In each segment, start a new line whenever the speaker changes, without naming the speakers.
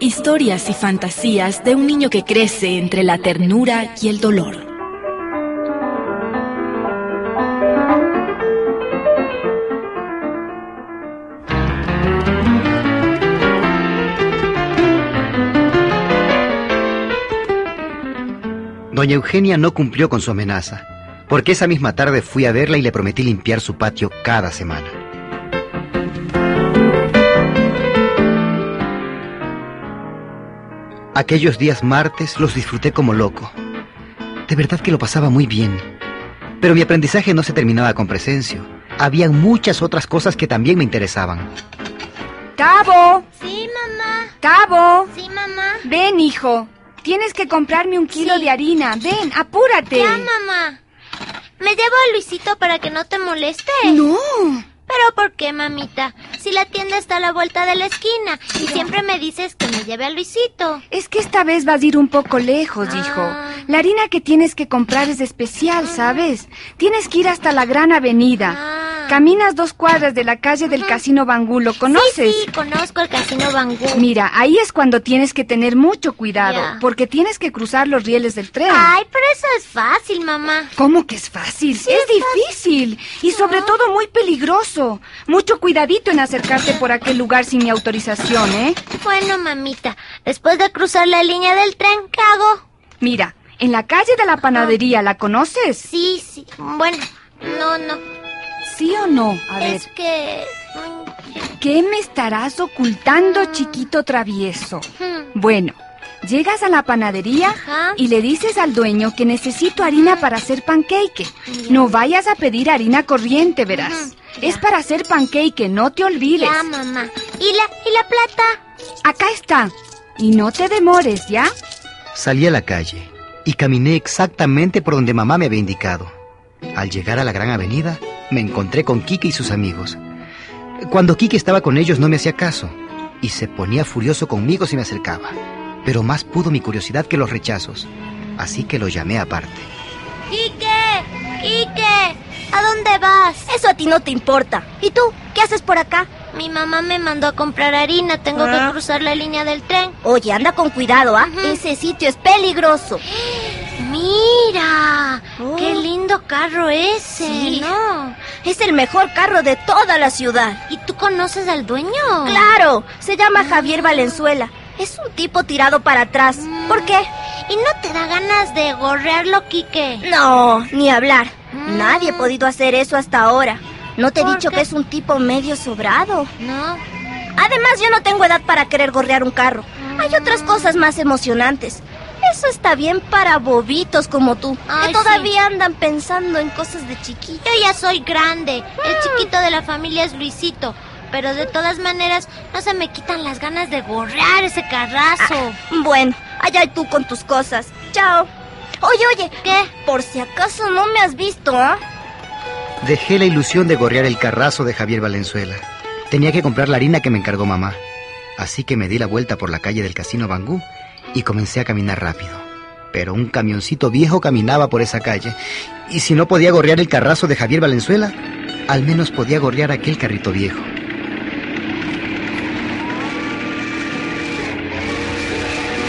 Historias y fantasías de un niño que crece entre la ternura y el dolor.
Doña Eugenia no cumplió con su amenaza, porque esa misma tarde fui a verla y le prometí limpiar su patio cada semana. Aquellos días martes los disfruté como loco. De verdad que lo pasaba muy bien. Pero mi aprendizaje no se terminaba con Presencio. Había muchas otras cosas que también me interesaban.
¡Cabo!
Sí, mamá.
¡Cabo!
Sí, mamá.
Ven, hijo. Tienes que comprarme un kilo
Sí.
de harina. Ven, apúrate.
Ya, mamá. Me llevo a Luisito para que no te moleste.
No.
¿Pero por qué, mamita? Si la tienda está a la vuelta de la esquina y siempre me dices que me lleve a Luisito.
Es que esta vez vas a ir un poco lejos, Pues, hijo.
Ah.
La harina que tienes que comprar es especial, ¿sabes? Tienes que ir hasta la gran avenida.
Ah.
Caminas dos cuadras de la calle del Casino Bangulo, ¿conoces?
Sí, sí, conozco el casino Bangú.
Mira, ahí es cuando tienes que tener mucho cuidado,
Ya.
porque tienes que cruzar los rieles del tren.
Ay, pero eso es fácil, mamá.
¿Cómo que es fácil? es difícil y sobre todo muy peligroso. Mucho cuidadito en acercarte por aquel lugar sin mi autorización, ¿eh?
Bueno, mamita, después de cruzar la línea del tren, ¿qué hago?
Mira, en la calle de la panadería, ¿la conoces?
Sí, sí. Bueno, no, no.
¿Sí o no? A ver,
Es que... mm,
¿qué me estarás
Ah.
ocultando, chiquito travieso?
hmm.
Bueno, llegas a la panadería
Ajá.
y le dices al dueño que necesito harina para hacer pancake.
Ya.
No vayas a pedir harina corriente, verás.
Ujú,
Es
ya.
para hacer pancake, no te olvides.
Ya, mamá. ¿Y la, y la plata?
Acá está. Y no te demores, ¿ya?
Salí a la calle y caminé exactamente por donde mamá me había indicado. Al llegar a la gran avenida, me encontré con Quique y sus amigos. Cuando Quique estaba con ellos no me hacía caso y se ponía furioso conmigo si me acercaba. Pero más pudo mi curiosidad que los rechazos, así que lo llamé aparte.
Quique, Quique, ¿a dónde vas?
Eso a ti no te importa. ¿Y tú? ¿Qué haces por acá?
Mi mamá me mandó a comprar harina. Tengo que
Ah.
cruzar la línea del tren.
Oye, anda con cuidado, ¿ah?
Ujú.
Ese sitio es peligroso.
Mira,
Oh.
qué lindo carro ese,
Sí.
¿no?
Es el mejor carro de toda la ciudad.
¿Y tú conoces al dueño?
Claro, se llama Javier Valenzuela. Es un tipo tirado para atrás.
Mm.
¿Por qué?
¿Y no te da ganas de gorrearlo,
Eh.
Quique?
No, ni hablar.
Mm.
Nadie ha podido hacer eso hasta ahora. No te he
¿Por
dicho
qué?
que es un tipo medio sobrado.
No.
Además, yo no tengo edad para querer gorrear un carro.
Mm.
Hay otras cosas más emocionantes. Eso está bien para bobitos como tú,
Ay,
que todavía andan pensando en cosas de chiquillo.
Yo ya soy grande. El chiquito de la familia es Luisito. Pero de todas maneras, no se me quitan las ganas de gorrear ese carrazo.
Ah.
Bueno, allá y tú con tus cosas. Chao. Oye, oye,
¿Qué?
por si acaso no me has visto, ¿ah?
Dejé la ilusión de gorrear el carrazo de Javier Valenzuela. Tenía que comprar la harina que me encargó mamá. Así que me di la vuelta por la calle del Casino Bangú y comencé a caminar rápido. Pero un camioncito viejo caminaba por esa calle. Y si no podía gorrear el carrazo de Javier Valenzuela, al menos podía gorrear aquel carrito viejo.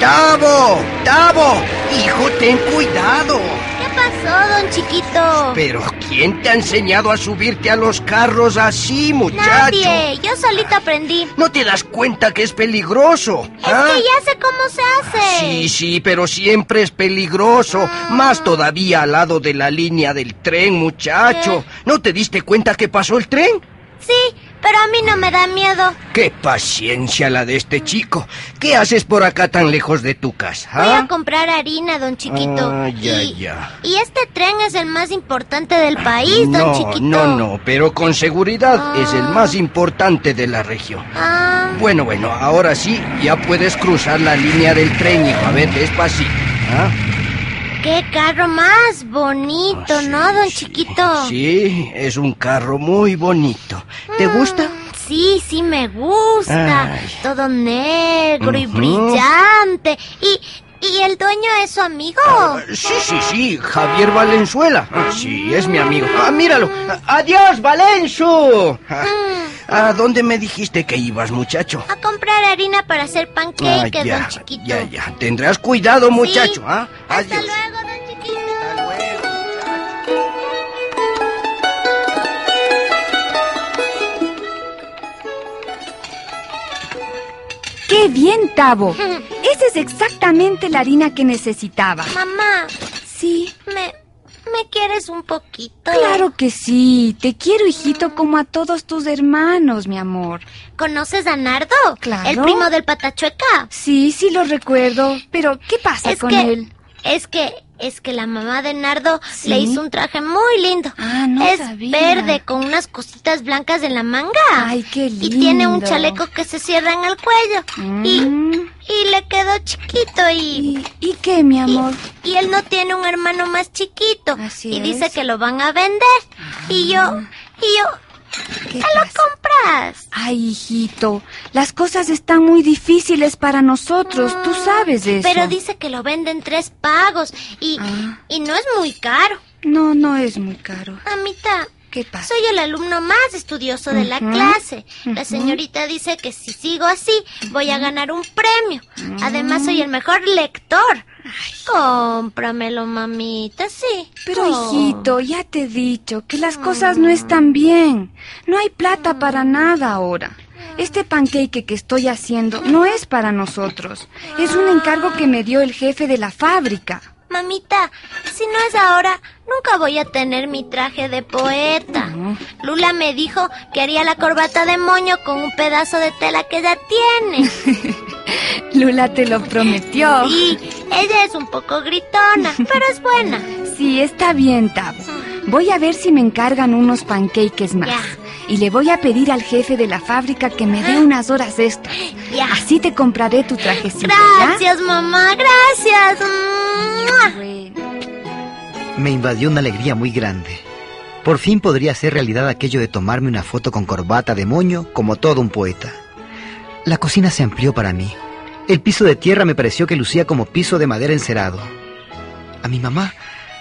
¡Tabo! ¡Tabo! ¡Hijo, ten cuidado!
¿Qué pasó, pasó, don chiquito?
Pero ¿quién te ha enseñado a subirte a los carros así, muchacho?
Nadie, yo solito aprendí.
¿No te das cuenta que es peligroso?
Es
¿ah?
que ya sé cómo se hace.
Sí, sí, pero siempre es peligroso. Más todavía al lado de la línea del tren, muchacho. ¿No te diste cuenta que pasó el tren?
Sí, pero a mí no me da miedo.
¡Qué paciencia la de este chico! ¿Qué haces por acá tan lejos de tu casa?
Voy
ah?
a comprar harina, don Chiquito.
Ah, ya,
y,
ya.
y este tren es el más importante del país, don
No,
Chiquito.
no, no, pero con seguridad es el
Ah.
más importante de la región.
Ah,
Bueno, bueno, ahora sí, ya puedes cruzar la línea del tren, hijo. A ver, despacito. ¿ah?
qué carro más bonito,
Ah, Sí,
¿no, don
sí,
Chiquito?
Sí, es un carro muy bonito. ¿Te gusta?
Mm, Sí, sí me gusta.
Ay.
Todo negro y
Ujú.
brillante. ¿Y, ¿Y el dueño es su amigo?
Sí, sí, sí, Javier Valenzuela. Ah, Sí, es mi amigo. Ah, míralo. Ah, Adiós, Valenzo. Ah, ¿A dónde me dijiste que ibas, muchacho?
A comprar harina para hacer
Ah,
panqueques, don
ya,
Chiquito.
ya, ya. Tendrás cuidado, muchacho. ¿ah?
Hasta
Adiós.
luego, don Chiquito.
Hasta luego.
¡Qué bien, Tavo! Esa es exactamente la harina que necesitaba.
Mamá,
Sí,
¿me, ¿me quieres un poquito?
claro que sí. Te quiero, hijito, como a todos tus hermanos, mi amor.
¿Conoces a Nardo?
Claro.
El primo del patachueca.
Sí, sí lo recuerdo. Pero, ¿qué pasa con
que,
él?
Es que, es que la mamá de Nardo
¿Sí?
le hizo un traje muy lindo.
Ah, no
es
sabía.
verde con unas cositas blancas en la manga.
Ay, qué
Y tiene un
lindo.
chaleco que se cierra en el cuello.
Mm.
Y, y le quedó chiquito y...
¿Y, y qué, mi amor?
Y, y él no tiene un hermano más chiquito.
Así
y
es. Ah.
dice que lo van a vender. Y yo, y yo, ¿te
¿Qué
lo
pasa?
compras?
Ay, hijito, las cosas están muy difíciles para nosotros, Pues, tú sabes eso.
Mm, Pero dice que lo venden tres pagos y,
Ah.
y no es muy caro.
No, no es muy caro.
Amita,
¿Qué pasa?
soy el alumno más estudioso de la
Ujú,
clase. La señorita dice que si sigo así voy a ganar un premio. Además soy el mejor lector. Cómpramelo, mamita, sí.
Pero,
Oh.
hijito, ya te he dicho que
Mm.
las cosas no están bien. No hay plata para nada ahora. Este panqueque que estoy haciendo no es para nosotros. Es un encargo que me dio el jefe de la fábrica.
Mamita, si no es ahora, nunca voy a tener mi traje de poeta. Lula me dijo que haría la corbata de moño con un pedazo de tela que ella tiene.
Lula te lo prometió.
Y ella es un poco gritona, pero es buena.
Sí, está bien, Tavo. Voy a ver si me encargan unos pancakes más.
Ya. Ah.
Y le voy a pedir al jefe de la fábrica que me dé unas horas extras.
Ya.
Así te compraré tu trajecito, ¿ya?
Gracias, mamá, gracias. ¡Mua!
Bueno.
Me invadió una alegría muy grande. Por fin podría hacer realidad aquello de tomarme una foto con corbata de moño como todo un poeta. La cocina se amplió para mí. El piso de tierra me pareció que lucía como piso de madera encerado. A mi mamá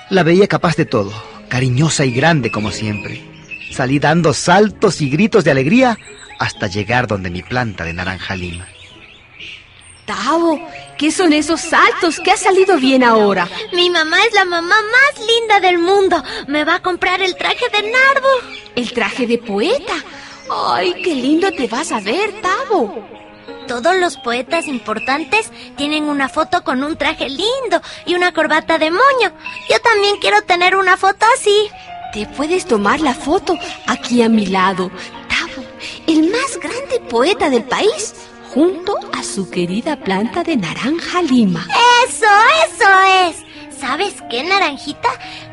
la veía capaz de todo, cariñosa y grande como siempre. Salí dando saltos y gritos de alegría hasta llegar donde mi planta de naranja lima.
Tavo, ¿qué son esos saltos? ¿Qué ha salido bien ahora?
Mi mamá es la mamá más linda del mundo. Me va a comprar el traje de Nardo.
El traje de poeta. ¡Ay, qué lindo te vas a ver, Tavo!
Todos los poetas importantes tienen una foto con un traje lindo y una corbata de moño. Yo también quiero tener una foto así.
Te puedes tomar la foto aquí a mi lado. Tavo, el más grande poeta del país, junto a su querida planta de naranja lima.
Eso, eso es. ¿Sabes qué, naranjita?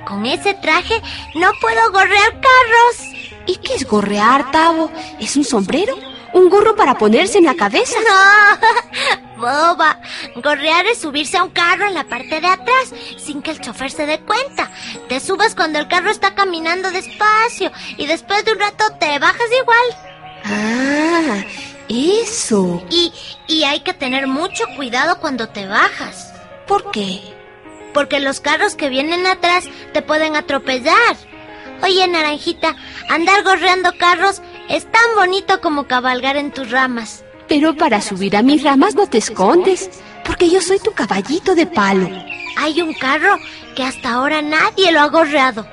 Con ese traje no puedo gorrear carros.
¿Y qué es gorrear, Tavo? ¿Es un sombrero? ¿Un gorro para ponerse en la cabeza?
No, boba. Gorrear es subirse a un carro en la parte de atrás sin que el chofer se dé cuenta. Te subes cuando el carro está caminando despacio y después de un rato te bajas igual.
Ah, eso.
Y, y hay que tener mucho cuidado cuando te bajas.
¿Por qué?
porque los carros que vienen atrás te pueden atropellar. Oye, Naranjita, andar gorreando carros es tan bonito como cabalgar en tus ramas.
Pero para subir a mis ramas no te escondes, porque yo soy tu caballito de palo.
Hay un carro que hasta ahora nadie lo ha gorreado.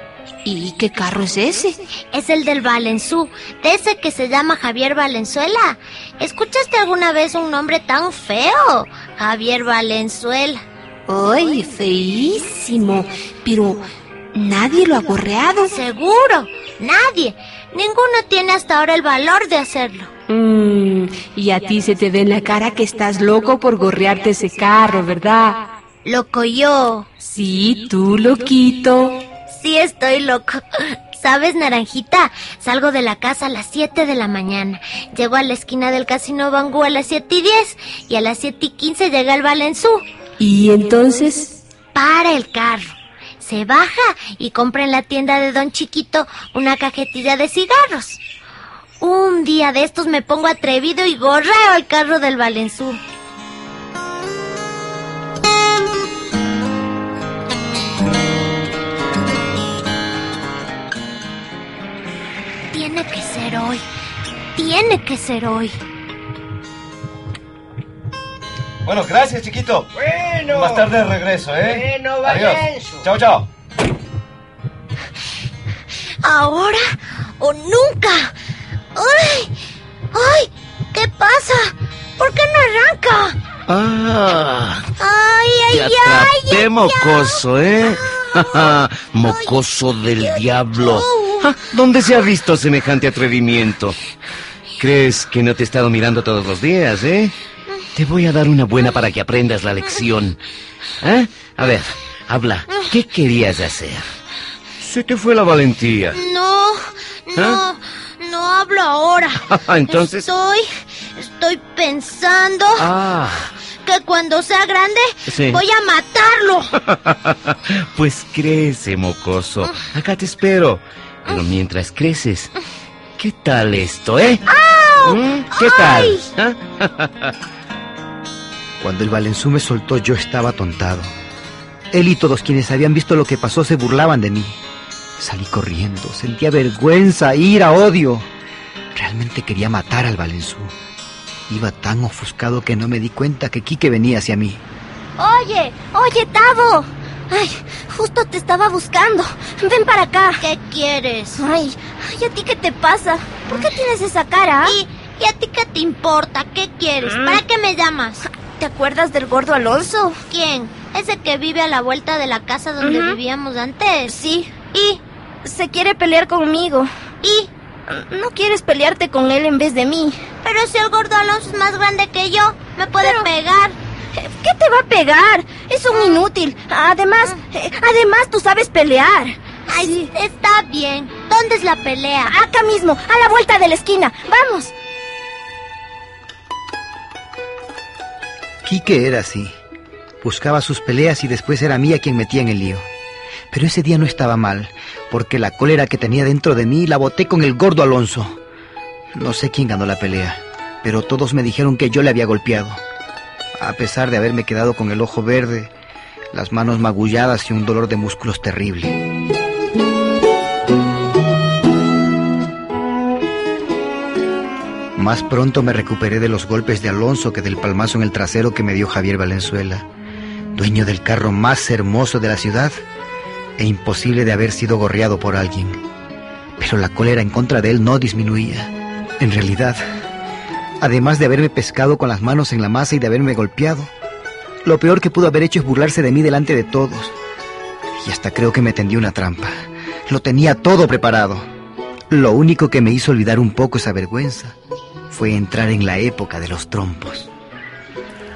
¿Y qué carro es ese?
Es el del Valenzú, de ese que se llama Javier Valenzuela. ¿Escuchaste alguna vez un nombre tan feo? Javier Valenzuela.
¡Ay, feísimo! Pero nadie lo ha gorreado.
Seguro, nadie. Ninguno tiene hasta ahora el valor de hacerlo.
Mm, y a ti se te ve en la cara que estás loco por gorrearte ese carro, ¿verdad?
Loco yo.
Sí, tú loquito.
Sí, estoy loco. ¿Sabes, Naranjita? Salgo de la casa a las 7 de la mañana. Llego a la esquina del Casino Bangú a las 7 y 10 y a las 7 y 15 llega el Valenzú.
¿Y entonces?
Para el carro. Se baja y compra en la tienda de Don Chiquito una cajetilla de cigarros. Un día de estos me pongo atrevido y gorreo el carro del Valenzú. Tiene que ser hoy. Tiene que ser hoy.
Bueno, gracias, chiquito.
Bueno.
Más tarde regreso, ¿eh?
Bueno,
Adiós.
Valenzo.
Chao, chao.
¿Ahora o nunca? ¡Ay! ¡Ay! ¿Qué pasa? ¿Por qué no arranca?
Ah,
¡Ay, ay,
te
ay!
atrapé,
ay, ay.
mocoso, ¿eh? mocoso del diablo. Ah, ¿Dónde se ha visto semejante atrevimiento? ¿Crees que no te he estado mirando todos los días, eh? Te voy a dar una buena para que aprendas la lección. ¿Eh? A ver, habla. ¿Qué querías hacer? Se te fue la valentía.
No, no, no hablo ahora.
Entonces...
Estoy, estoy pensando
Ah,
que cuando sea grande
Sí.
voy a matarlo.
pues crece, mocoso. Acá te espero. Pero mientras creces, ¿qué tal esto, eh? ¿Mm? ¿Qué tal? ¿Ah?
Cuando el Valenzú me soltó yo estaba atontado. Él y todos quienes habían visto lo que pasó se burlaban de mí. Salí corriendo, sentía vergüenza, ira, odio. Realmente quería matar al Valenzú. Iba tan ofuscado que no me di cuenta que Quique venía hacia mí.
Oye, oye, Tavo. Ay, justo te estaba buscando. Ven para acá.
¿Qué quieres?
Ay, ay, ¿a ti qué te pasa? ¿Por qué tienes esa cara?
¿Y, y a ti qué te importa? ¿Qué quieres? ¿Para qué me llamas?
¿Te acuerdas del gordo Alonso?
¿Quién? Ese que vive a la vuelta de la casa donde
Ujú.
vivíamos antes.
Sí. Y se quiere pelear conmigo.
¿Y?
No quieres pelearte con él en vez de mí.
Pero si el gordo Alonso es más grande que yo, me puede
Pero-
pegar.
Eh, ¿Qué te va a pegar? Es un inútil.
Ah.
Además, eh, además tú sabes pelear.
Ay, está bien. ¿Dónde es la pelea?
Acá mismo, a la vuelta de la esquina. Vamos.
Quique era así. Buscaba sus peleas y después era mía quien metía en el lío. Pero ese día no estaba mal, porque la cólera que tenía dentro de mí la boté con el gordo Alonso. No sé quién ganó la pelea, pero todos me dijeron que yo le había golpeado. A pesar de haberme quedado con el ojo verde, las manos magulladas y un dolor de músculos terrible. Más pronto me recuperé de los golpes de Alonso que del palmazo en el trasero que me dio Javier Valenzuela, dueño del carro más hermoso de la ciudad e imposible de haber sido gorreado por alguien. Pero la cólera en contra de él no disminuía. En realidad, además de haberme pescado con las manos en la masa y de haberme golpeado, lo peor que pudo haber hecho es burlarse de mí delante de todos. Y hasta creo que me tendió una trampa. Lo tenía todo preparado. Lo único que me hizo olvidar un poco esa vergüenza fue entrar en la época de los trompos.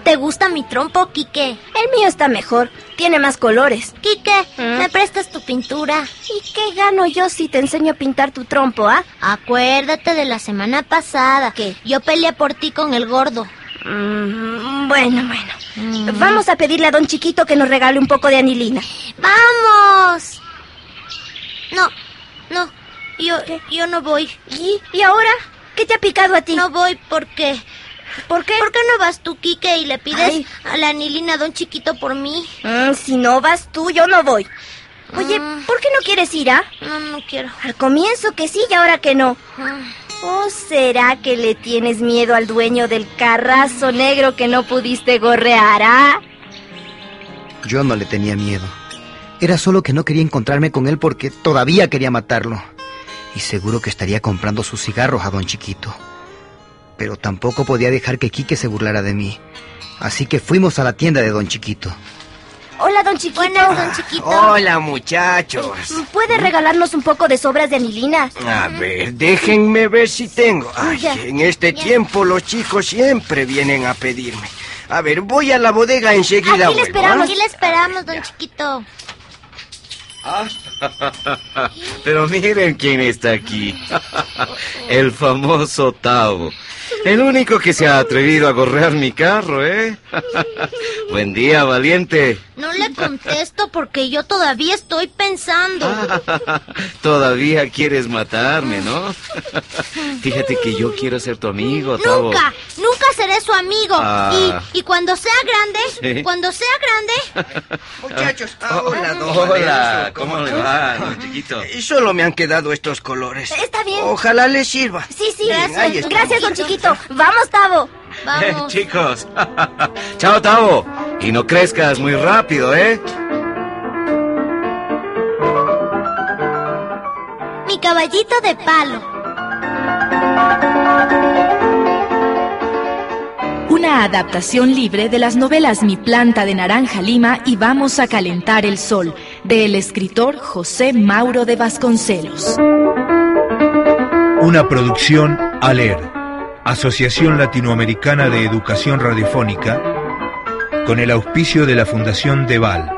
¿Te gusta mi trompo, Quique?
El mío está mejor. Tiene más colores.
Quique,
¿Mm?
¿me prestas tu pintura?
¿Y qué gano yo si te enseño a pintar tu trompo, ah?
Acuérdate de la semana pasada. que Yo peleé por ti con el gordo.
Mm, bueno, bueno. Vamos a pedirle a don Chiquito que nos regale un poco de anilina.
¡Vamos! No, no. Yo, yo no voy.
¿Y, y ahora? ¿Qué te ha picado a ti?
No voy porque...
¿Por qué?
¿Por qué no vas tú, Quique, y le pides
Ay.
a la anilina don chiquito por mí?
Mm, si no vas tú, yo no voy. Oye,
Mm.
¿por qué no quieres ir, ah?
No, no quiero. Ah.
Al comienzo que sí y ahora que no. ¿O será que le tienes miedo al dueño del carrazo negro que no pudiste gorrear, ah?
Yo no le tenía miedo. Era solo que no quería encontrarme con él porque todavía quería matarlo. Y seguro que estaría comprando sus cigarros a don Chiquito. Pero tampoco podía dejar que Quique se burlara de mí. Así que fuimos a la tienda de don Chiquito.
Hola, don Chiquito.
Buenas, don Chiquito.
Hola muchachos.
¿Puede regalarnos un poco de sobras de anilina?
A ver, déjenme ver si tengo. Ay,
Ya.
en este tiempo los chicos siempre vienen a pedirme. A ver, voy a la bodega enseguida.
Aquí le
vuelvo,
esperamos.
¿ah?
Aquí le esperamos, don Chiquito.
Pero miren quién está aquí. El famoso Tavo. El único que se ha atrevido a gorrear mi carro, ¿eh? Buen día, valiente.
No le contesto porque yo todavía estoy pensando.
Ah,
Todavía quieres matarme, ¿no? Fíjate que yo quiero ser tu amigo, Tavo.
Nunca, nunca seré su amigo.
Ah.
Y, y cuando sea grande,
Sí.
cuando sea grande,
Muchachos, Ah, hola, don
Hola,
Valerio,
¿cómo le va, don chiquito?
Y Solo me han quedado estos colores.
Está bien.
Pues, Ojalá les sirva.
Sí, sí.
Bien, ahí
Gracias,
estamos.
Gracias don Chiquito. Vamos, Tavo.
Eh,
vamos.
chicos, chao, Tavo. Y no crezcas muy rápido, ¿eh?
Mi caballito de palo.
Una adaptación libre de las novelas Mi planta de naranja lima y Vamos a calentar el sol, del escritor José Mauro de Vasconcelos.
Una producción ALER, Asociación Latinoamericana de Educación Radiofónica, con el auspicio de la Fundación Deval.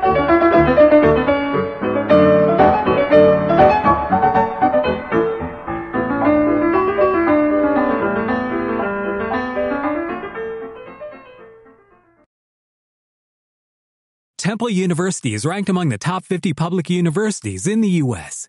Temple University is ranked among the top 50 public universities in the U.S.